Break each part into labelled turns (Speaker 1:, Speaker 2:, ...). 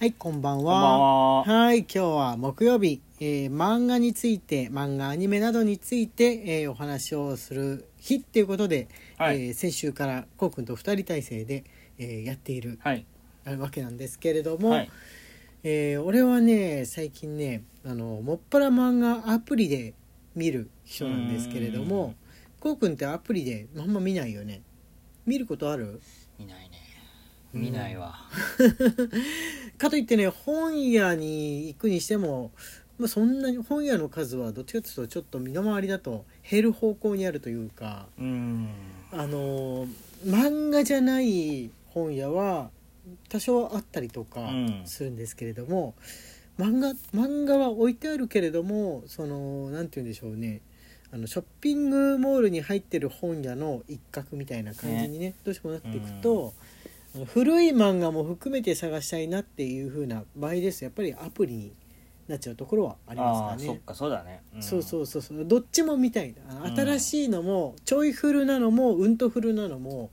Speaker 1: はい、こんばん
Speaker 2: こんばん
Speaker 1: は。
Speaker 2: は。
Speaker 1: はい、今日は木曜日、えー漫画について、漫画、アニメなどについて、えーお話をする日っていうことで、
Speaker 2: はい
Speaker 1: えー先週からこうくんと二人体制で、えーやっている
Speaker 2: はい。
Speaker 1: わけなんですけれども、
Speaker 2: はい。
Speaker 1: えー俺はね、最近ね、あの、もっぱら漫画アプリで見る人なんですけれど
Speaker 2: う
Speaker 1: も
Speaker 2: ん、
Speaker 1: こうくんってアプリであんま見ないよね。見ることある
Speaker 2: 見ないね。見ないわ。
Speaker 1: かといってね本屋に行くにしても、まあ、そんなに本屋の数はどっちかというとちょっと身の回りだと減る方向にあるというか
Speaker 2: うーん。
Speaker 1: あのー漫画じゃない本屋は多少あったりとか
Speaker 2: うん
Speaker 1: するんですけれども、漫画漫画は置いてあるけれどもそのなんて言うんでしょうねあのショッピングモールに入ってる本屋の一角みたいな感じにねどうしてもなっていくと、あの古い漫画も含めて探したいなっていう風な場合ですとやっぱりアプリになっちゃうところはあり
Speaker 2: あ
Speaker 1: ま
Speaker 2: あ、
Speaker 1: すか
Speaker 2: そっ
Speaker 1: ね。
Speaker 2: か、そうだね。ん
Speaker 1: そうそうそうそうどっちも見たいなあの
Speaker 2: うん
Speaker 1: 新しいのもちょいフルなのもうんとフルなのも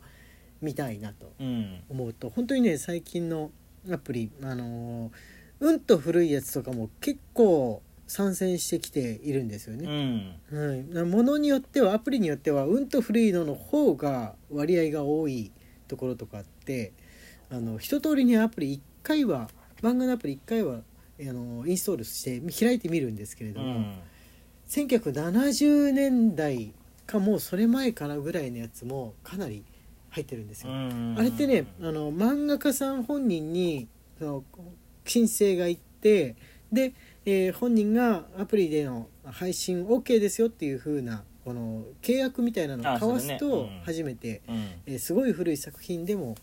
Speaker 1: 見たいなと
Speaker 2: うん。
Speaker 1: 思うと本当にね最近のアプリあのーうんと古いやつとかも結構参戦してきているんですよ
Speaker 2: う
Speaker 1: ね。
Speaker 2: ん。
Speaker 1: はい、ものによってはアプリによってはうんと古いのの方が割合が多いところとかあってあの一通りにアプリ1回は漫画のアプリ1回はあのインストールして開いてみるんですけれ
Speaker 2: う
Speaker 1: ども、
Speaker 2: ん。
Speaker 1: 1970年代かもうそれ前からぐらいのやつもかなり入ってるんですよ。
Speaker 2: うん
Speaker 1: あれってねあの漫画家さん本人にその申請が行ってで、えー本人がアプリでの配信 OK ですよっていう風なこの契約みたいなのを
Speaker 2: あ
Speaker 1: 交わす
Speaker 2: そうだ
Speaker 1: と
Speaker 2: ねうん
Speaker 1: 初めて、
Speaker 2: うん。
Speaker 1: えーすごい古い作品でも、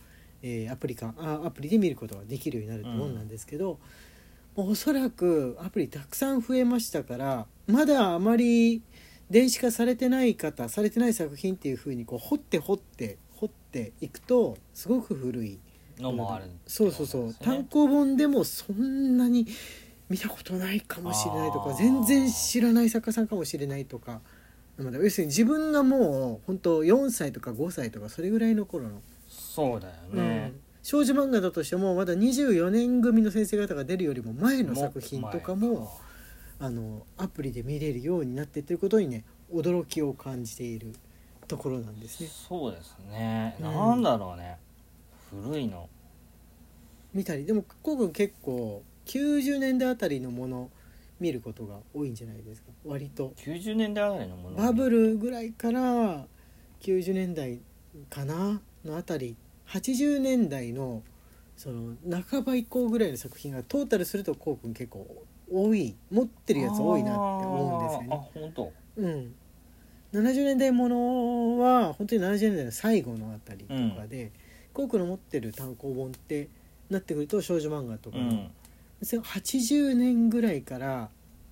Speaker 1: えーアプリかあアプリで見ることができるようになると思うんなんですけど、もうおそらくアプリたくさん増えましたからまだあまり電子化されてない方されてない作品っていうふうにこう掘って掘って掘っていくとすごく古い
Speaker 2: のもある。
Speaker 1: そうそうそう、
Speaker 2: ってことなん
Speaker 1: 単
Speaker 2: ですね
Speaker 1: 行本でもそんなに見たことないかもしれないと
Speaker 2: あ
Speaker 1: か
Speaker 2: ー
Speaker 1: 全然知らない作家さんかもしれないとかなので要するに自分がもう本当4歳とか5歳とかそれぐらいの頃の、
Speaker 2: そうだよ
Speaker 1: う
Speaker 2: ね
Speaker 1: ん。少女漫画だとしてもまだ24年組の先生方が出るよりも前の作品とかもあのアプリで見れるようになってということにね驚きを感じているところなんですね。
Speaker 2: そうですね。
Speaker 1: うん
Speaker 2: なんだろうね。古いの。
Speaker 1: 見たりでもこうくん結構90年代あたりのもの見ることが多いんじゃないですか割と
Speaker 2: 90年代あたりのもの。
Speaker 1: バブ。ルぐらいから90年代かなのあたり80年代のその半ば以降ぐらいの作品がトータルするとこうくん結構多い持ってるやつ多いなって思うんですよね。
Speaker 2: あー、あ本当。
Speaker 1: うん、70年代ものは本当に70年代の最後のあたりとかで、コークの持ってる単行本ってなってくると少女漫画とか
Speaker 2: う
Speaker 1: の、
Speaker 2: ん。
Speaker 1: それ80年ぐらいから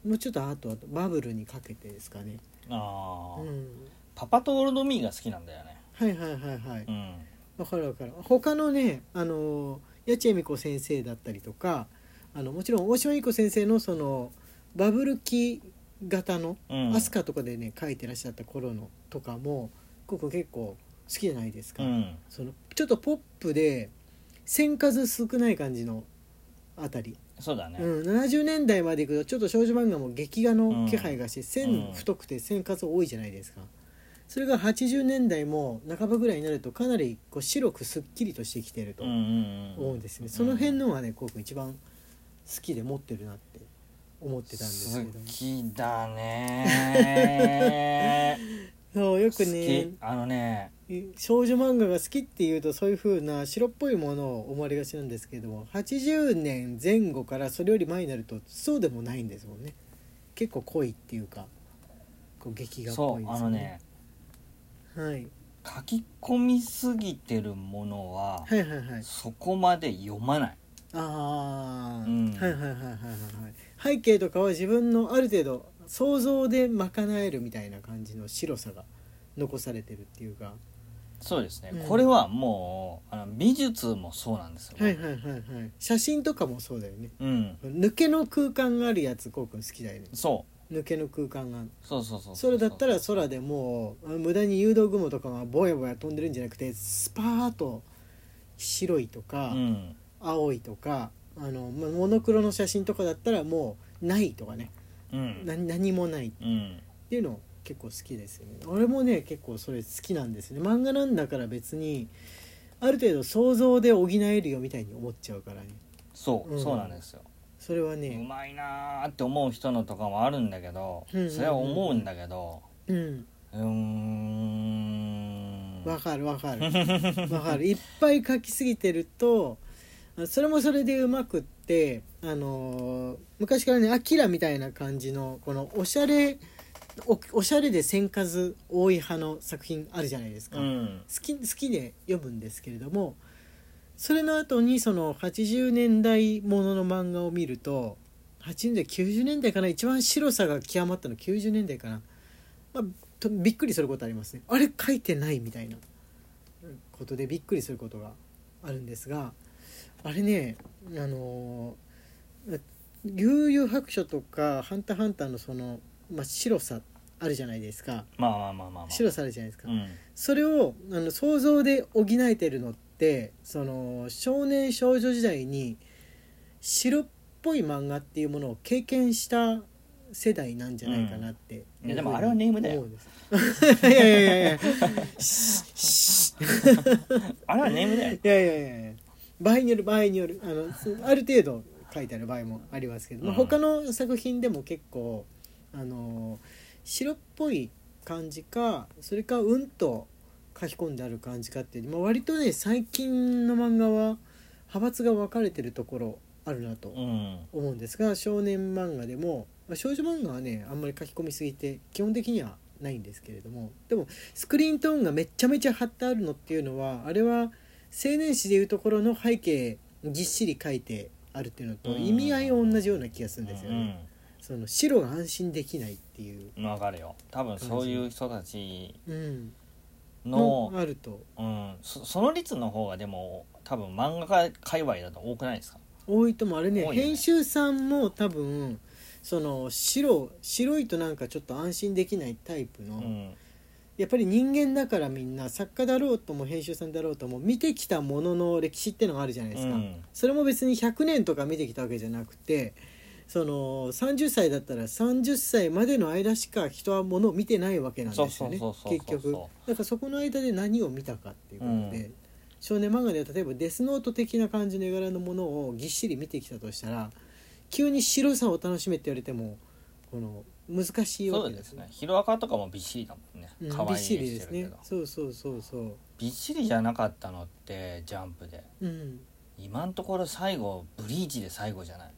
Speaker 1: もうちょっとあとバブルにかけてですかね、
Speaker 2: ああ
Speaker 1: う。ん、
Speaker 2: パパとオールドミーが好きなんだよね。
Speaker 1: はいはいはいはい
Speaker 2: うん。
Speaker 1: わかるわかる他のねあの八千恵美子先生だったりとかあのもちろん大島由紀子先生のそのバブル期型の
Speaker 2: うん。
Speaker 1: アスカとかでね書いてらっしゃった頃のとかもここ結構好きじゃないですか、
Speaker 2: うん。
Speaker 1: そのちょっとポップで線数少ない感じのあたり、
Speaker 2: そうだね。
Speaker 1: うん、70年代までいくとちょっと少女漫画も劇画の気配がして
Speaker 2: うん
Speaker 1: 線太くて線数多いじゃないですかそれが80年代も半ばぐらいになるとかなりこう白くすっきりとしてきてると
Speaker 2: うんうんうん、
Speaker 1: 思うんですね、その辺のはねこう一番好きで持ってるなって思ってたんですけ
Speaker 2: 好
Speaker 1: ど
Speaker 2: きだ ね
Speaker 1: そうよくね
Speaker 2: 好きあのね
Speaker 1: 少女漫画が好きっていうとそういう風な白っぽいものを思われがちなんですけども80年前後からそれより前になるとそうでもないんですもんね結構濃いっていうかこう劇画っ
Speaker 2: そ
Speaker 1: ぽいうで
Speaker 2: あ
Speaker 1: す
Speaker 2: の
Speaker 1: よ
Speaker 2: ね
Speaker 1: ねはい、
Speaker 2: 書き込みすぎてるものは
Speaker 1: はいはいはい
Speaker 2: そこまで読まない、
Speaker 1: ああ、
Speaker 2: うん
Speaker 1: はいはいはいはいはいはい背景とかは自分のある程度想像で賄えるみたいな感じの白さが残されてるっていうか
Speaker 2: そうですね、
Speaker 1: うん
Speaker 2: これはもうあの美術もそうなんですよ、
Speaker 1: はいはいはいはい写真とかもそうだよね
Speaker 2: うん
Speaker 1: 抜けの空間があるやつこうくん好きだよね
Speaker 2: そ
Speaker 1: 抜けの空間が
Speaker 2: うそうそうそう
Speaker 1: それだったら空
Speaker 2: で
Speaker 1: でもうあ無駄に誘導雲とかがぼやぼや飛んでるんじゃなくてスパーッと白いとか
Speaker 2: うん
Speaker 1: 青いとかあの、まあ、モノクロの写真とかだったらもうないとかね、
Speaker 2: うん
Speaker 1: な何もないっ
Speaker 2: うん
Speaker 1: ていうの結構好きですよね俺もね結構それ好きなんですね漫画なんだから別にある程度想像で補えるよみたいに思っちゃうからね
Speaker 2: そう、
Speaker 1: うん
Speaker 2: そうなんですよ、
Speaker 1: それは
Speaker 2: う
Speaker 1: ね
Speaker 2: まいなーって思う人のとかもあるんだけど、
Speaker 1: うんうんうん
Speaker 2: それは思うんだけど
Speaker 1: うん
Speaker 2: うーん
Speaker 1: わかる わかるわかるいっぱい書きすぎてるとそれもそれでうまくってあのー昔からね「アキラ」みたいな感じのこのおしゃれおおしゃれで線数多い派の作品あるじゃないですか、
Speaker 2: う
Speaker 1: 好
Speaker 2: ん
Speaker 1: き好きで読むんですけれどもそれの後にその80年代ものの漫画を見ると80年代90年代かな一番白さが極まったの90年代かな、まあ、とびっくりすることありますねあれ書いてないみたいなことでびっくりすることがあるんですがあれねあのー悠々白書とか「ハンターハンター」のその、まあ、白さあるじゃないですか
Speaker 2: まあまあまあまあ、まあ、
Speaker 1: 白さあるじゃないですか、
Speaker 2: うん
Speaker 1: それをあの想像で補えてるのってその少年少女時代に白っぽい漫画っていうものを経験した世代なんじゃないかなって、
Speaker 2: うんいやでもあれはネームだよ
Speaker 1: 思うんです いやいやいや いや
Speaker 2: あれはネームだよ
Speaker 1: いやいやいやいや場合による場合によるあのすある程度書いてある場合もありますけど、まあ、
Speaker 2: うん
Speaker 1: 他の作品でも結構あの白っぽい感じかそれかうんと書き込んである感じかっていう、まあ、割とね最近の漫画は派閥が分かれてるところあるなと
Speaker 2: うん
Speaker 1: 思うんですが少年漫画でも、まあ少女漫画はねあんまり書き込みすぎて基本的にはないんですけれどもでもスクリーントーンがめちゃめちゃ張ってあるのっていうのはあれは青年誌でいうところの背景ぎっしり書いてあるっていうのと
Speaker 2: うん
Speaker 1: 意味合いは同じような気がするんですよ
Speaker 2: う
Speaker 1: ね。その白が安心できないっていう、
Speaker 2: んうん、わかるよ多分そういう人たち
Speaker 1: うん、
Speaker 2: の、
Speaker 1: あると
Speaker 2: うん、そその率の方がでも多分漫画家界隈だと多くないですか
Speaker 1: 多いともあれね
Speaker 2: 多いね
Speaker 1: 編集さんも多分その白白いとなんかちょっと安心できないタイプの。
Speaker 2: うん
Speaker 1: やっぱり人間だからみんな作家だろうとも編集さんだろうとも見てきたものの歴史ってのがあるじゃないですか、
Speaker 2: うん
Speaker 1: それも別に100年とか見てきたわけじゃなくてその30歳だったら30歳までの間しか人はものを見てないわけなんですよね
Speaker 2: そうそうそうそう
Speaker 1: 結
Speaker 2: そう
Speaker 1: 局だからそこの間で何を見たかっていうことで、少年漫画では例えばデスノート的な感じの絵柄のものをぎっしり見てきたとしたら急に白さを楽しめって言われてもこの難しい
Speaker 2: そ
Speaker 1: わ
Speaker 2: う
Speaker 1: け
Speaker 2: で
Speaker 1: です
Speaker 2: す
Speaker 1: ね
Speaker 2: ねヒロアカとかもびっしりだもんね
Speaker 1: うん
Speaker 2: 可
Speaker 1: び
Speaker 2: 愛い
Speaker 1: っし
Speaker 2: して
Speaker 1: りで
Speaker 2: る
Speaker 1: す
Speaker 2: け
Speaker 1: ね
Speaker 2: ど
Speaker 1: そうそうそうそ
Speaker 2: びっしりじゃなかったのってジャンプで
Speaker 1: ううん
Speaker 2: 今のところ最後ブリーチで最後じゃない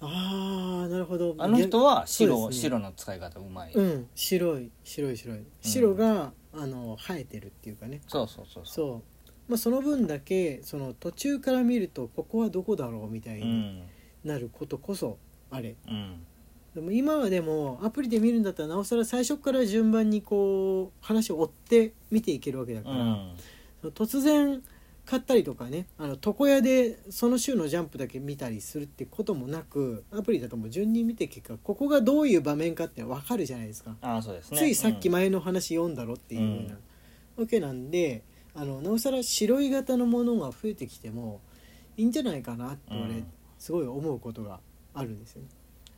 Speaker 1: ああなるほど
Speaker 2: あの人は
Speaker 1: そ
Speaker 2: 白,、
Speaker 1: うですね
Speaker 2: 白の使い方うまい、
Speaker 1: うん白い白い白い白が、あの生えてるっていうかね
Speaker 2: そうそうそうう
Speaker 1: そう、まあ、その分だけその途中から見るとここはどこだろうみたいうに
Speaker 2: ん
Speaker 1: なることこそあれ、
Speaker 2: うん
Speaker 1: でも今はでもアプリで見るんだったらなおさら最初から順番にこう話を追って見ていけるわけだか
Speaker 2: う
Speaker 1: ら、
Speaker 2: ん
Speaker 1: 突然買ったりとかねあの床屋でその週のジャンプだけ見たりするってこともなくアプリだともう順に見て結果ここがどういう場面かって分かるじゃないですか、
Speaker 2: ああそうですね
Speaker 1: ついさっき
Speaker 2: ま
Speaker 1: 前の話読んだろっていうような
Speaker 2: う
Speaker 1: わけなんであのなおさら白い型のものが増えてきてもいいんじゃないかなって
Speaker 2: うん
Speaker 1: 俺すごい思うことがあるんですよね。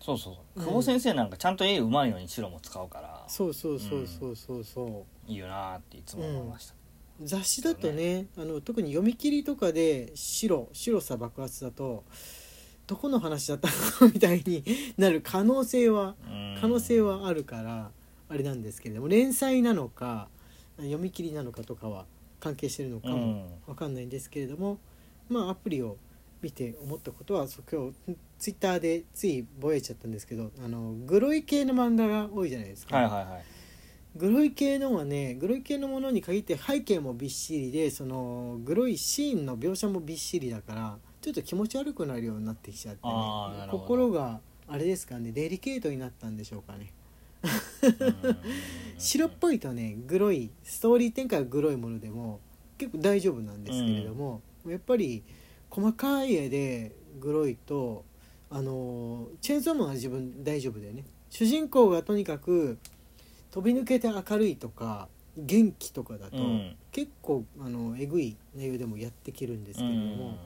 Speaker 2: そうそうそう
Speaker 1: うん
Speaker 2: 久保先生なんかちゃんと絵うまいのに白も使うから
Speaker 1: そうそうそうそうそうそう、
Speaker 2: いいよなーっていつも思いました、
Speaker 1: 雑誌だとねあの特に読み切りとかで白白さ爆発だとどこの話だったのみたいになる可能性は
Speaker 2: うん
Speaker 1: 可能性はあるからあれなんですけれども連載なのか読み切りなのかとかは関係してるのか
Speaker 2: う
Speaker 1: も
Speaker 2: ん
Speaker 1: わかんないんですけれども、まあアプリを見て思ったことはそう今日ツイッターでついぼやいちゃったんですけどあのグロい系の漫画が多いじゃないですか。
Speaker 2: はいはい はい
Speaker 1: グロい系のはねグロい系のものに限って背景もびっしりでそのグロいシーンの描写もびっしりだからちょっと気持ち悪くなるようになってきちゃって、ね
Speaker 2: あーなる、ほど
Speaker 1: 心があれですかねデリケートになったんでしょうかね
Speaker 2: うん
Speaker 1: 白っぽいとねグロいストーリー展開はグロいものでも結構大丈夫なんですけれども、やっぱり細かい絵でグロいとあのチェーンソーマンは自分大丈夫だよね主人公がとにかく飛び抜けて明るいとか元気とかだと、
Speaker 2: うん
Speaker 1: 結構あのえぐい内容でもやっていけるんですけれども、
Speaker 2: うん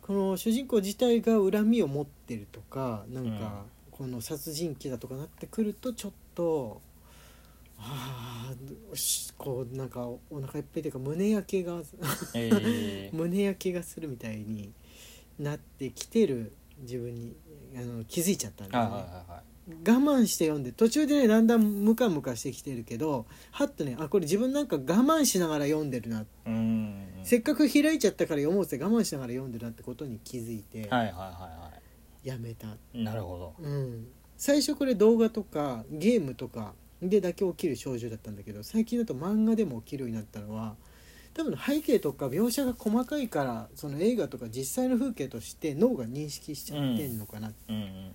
Speaker 1: こその主人公自体が恨みを持ってるとかなんか、この殺人鬼だとかなってくるとちょっとああしこうなんかお腹いっぱいというか胸焼けが
Speaker 2: えー
Speaker 1: 胸焼けがするみたいになってきてる自分にあの気づいちゃったんで
Speaker 2: あ
Speaker 1: す
Speaker 2: は
Speaker 1: ね
Speaker 2: いはいはい
Speaker 1: 我慢して読んで途中でねだんだんムカムカしてきてるけどはっとねあこれ自分なんか我慢しながら読んでるな
Speaker 2: うーん
Speaker 1: せっかく開いちゃったから読もうって我慢しながら読んでるなってことに気づい
Speaker 2: は
Speaker 1: て
Speaker 2: いはいは
Speaker 1: やめた、
Speaker 2: いはいなるほど
Speaker 1: うん、最初これ動画とかゲームとかでだけ起きる症状だったんだけど最近だと漫画でも起きるようになったのは多分背景とか描写が細かいからその映画とか実際の風景として脳が認識しちゃってんのかなっ
Speaker 2: うんうんうんうんい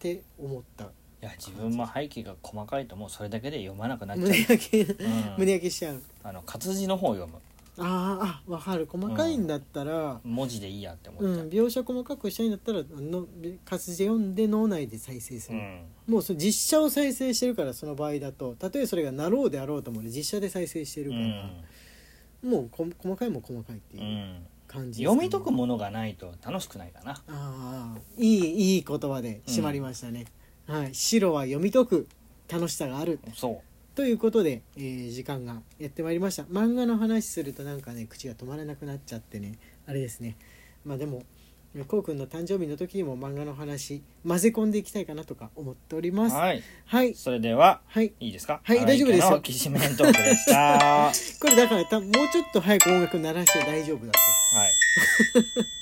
Speaker 1: て思った、
Speaker 2: や自分も背景が細かいともうそれだけで読まなくなっちゃう
Speaker 1: 胸焼け、
Speaker 2: うん
Speaker 1: 胸焼けしちゃう
Speaker 2: あの活字の方を読む
Speaker 1: あーあわかる細かいんだったら、
Speaker 2: 文字でいいやって思
Speaker 1: うん
Speaker 2: っちゃう
Speaker 1: 描写細かくしたいんだったらあの活字で読んで脳内で再生す
Speaker 2: う
Speaker 1: る、
Speaker 2: ん
Speaker 1: もうその実写を再生してるからその場合だとたとえそれがなろうであろうとも俺実写で再生してる
Speaker 2: う
Speaker 1: から、
Speaker 2: ん
Speaker 1: もうこ細かいも細かいって
Speaker 2: う
Speaker 1: いうん感じですね、
Speaker 2: 読み解くものがないと楽しくないかな
Speaker 1: ああいいいい言葉で締まりましたね、はい白は読み解く楽しさがある
Speaker 2: そ
Speaker 1: ということで、えー時間がやってまいりました漫画の話するとなんかね口が止まらなくなっちゃってねあれですねまあでもこうくんの誕生日の時にも漫画の話混ぜ込んでいきたいかなとか思っており
Speaker 2: う
Speaker 1: ますはい
Speaker 2: はい
Speaker 1: はい、
Speaker 2: それではいいですか
Speaker 1: はい大丈夫ですよ
Speaker 2: 荒井家のきしめんトークでしたは
Speaker 1: これだからたもうちょっと早く音楽鳴らして大丈夫だって
Speaker 2: い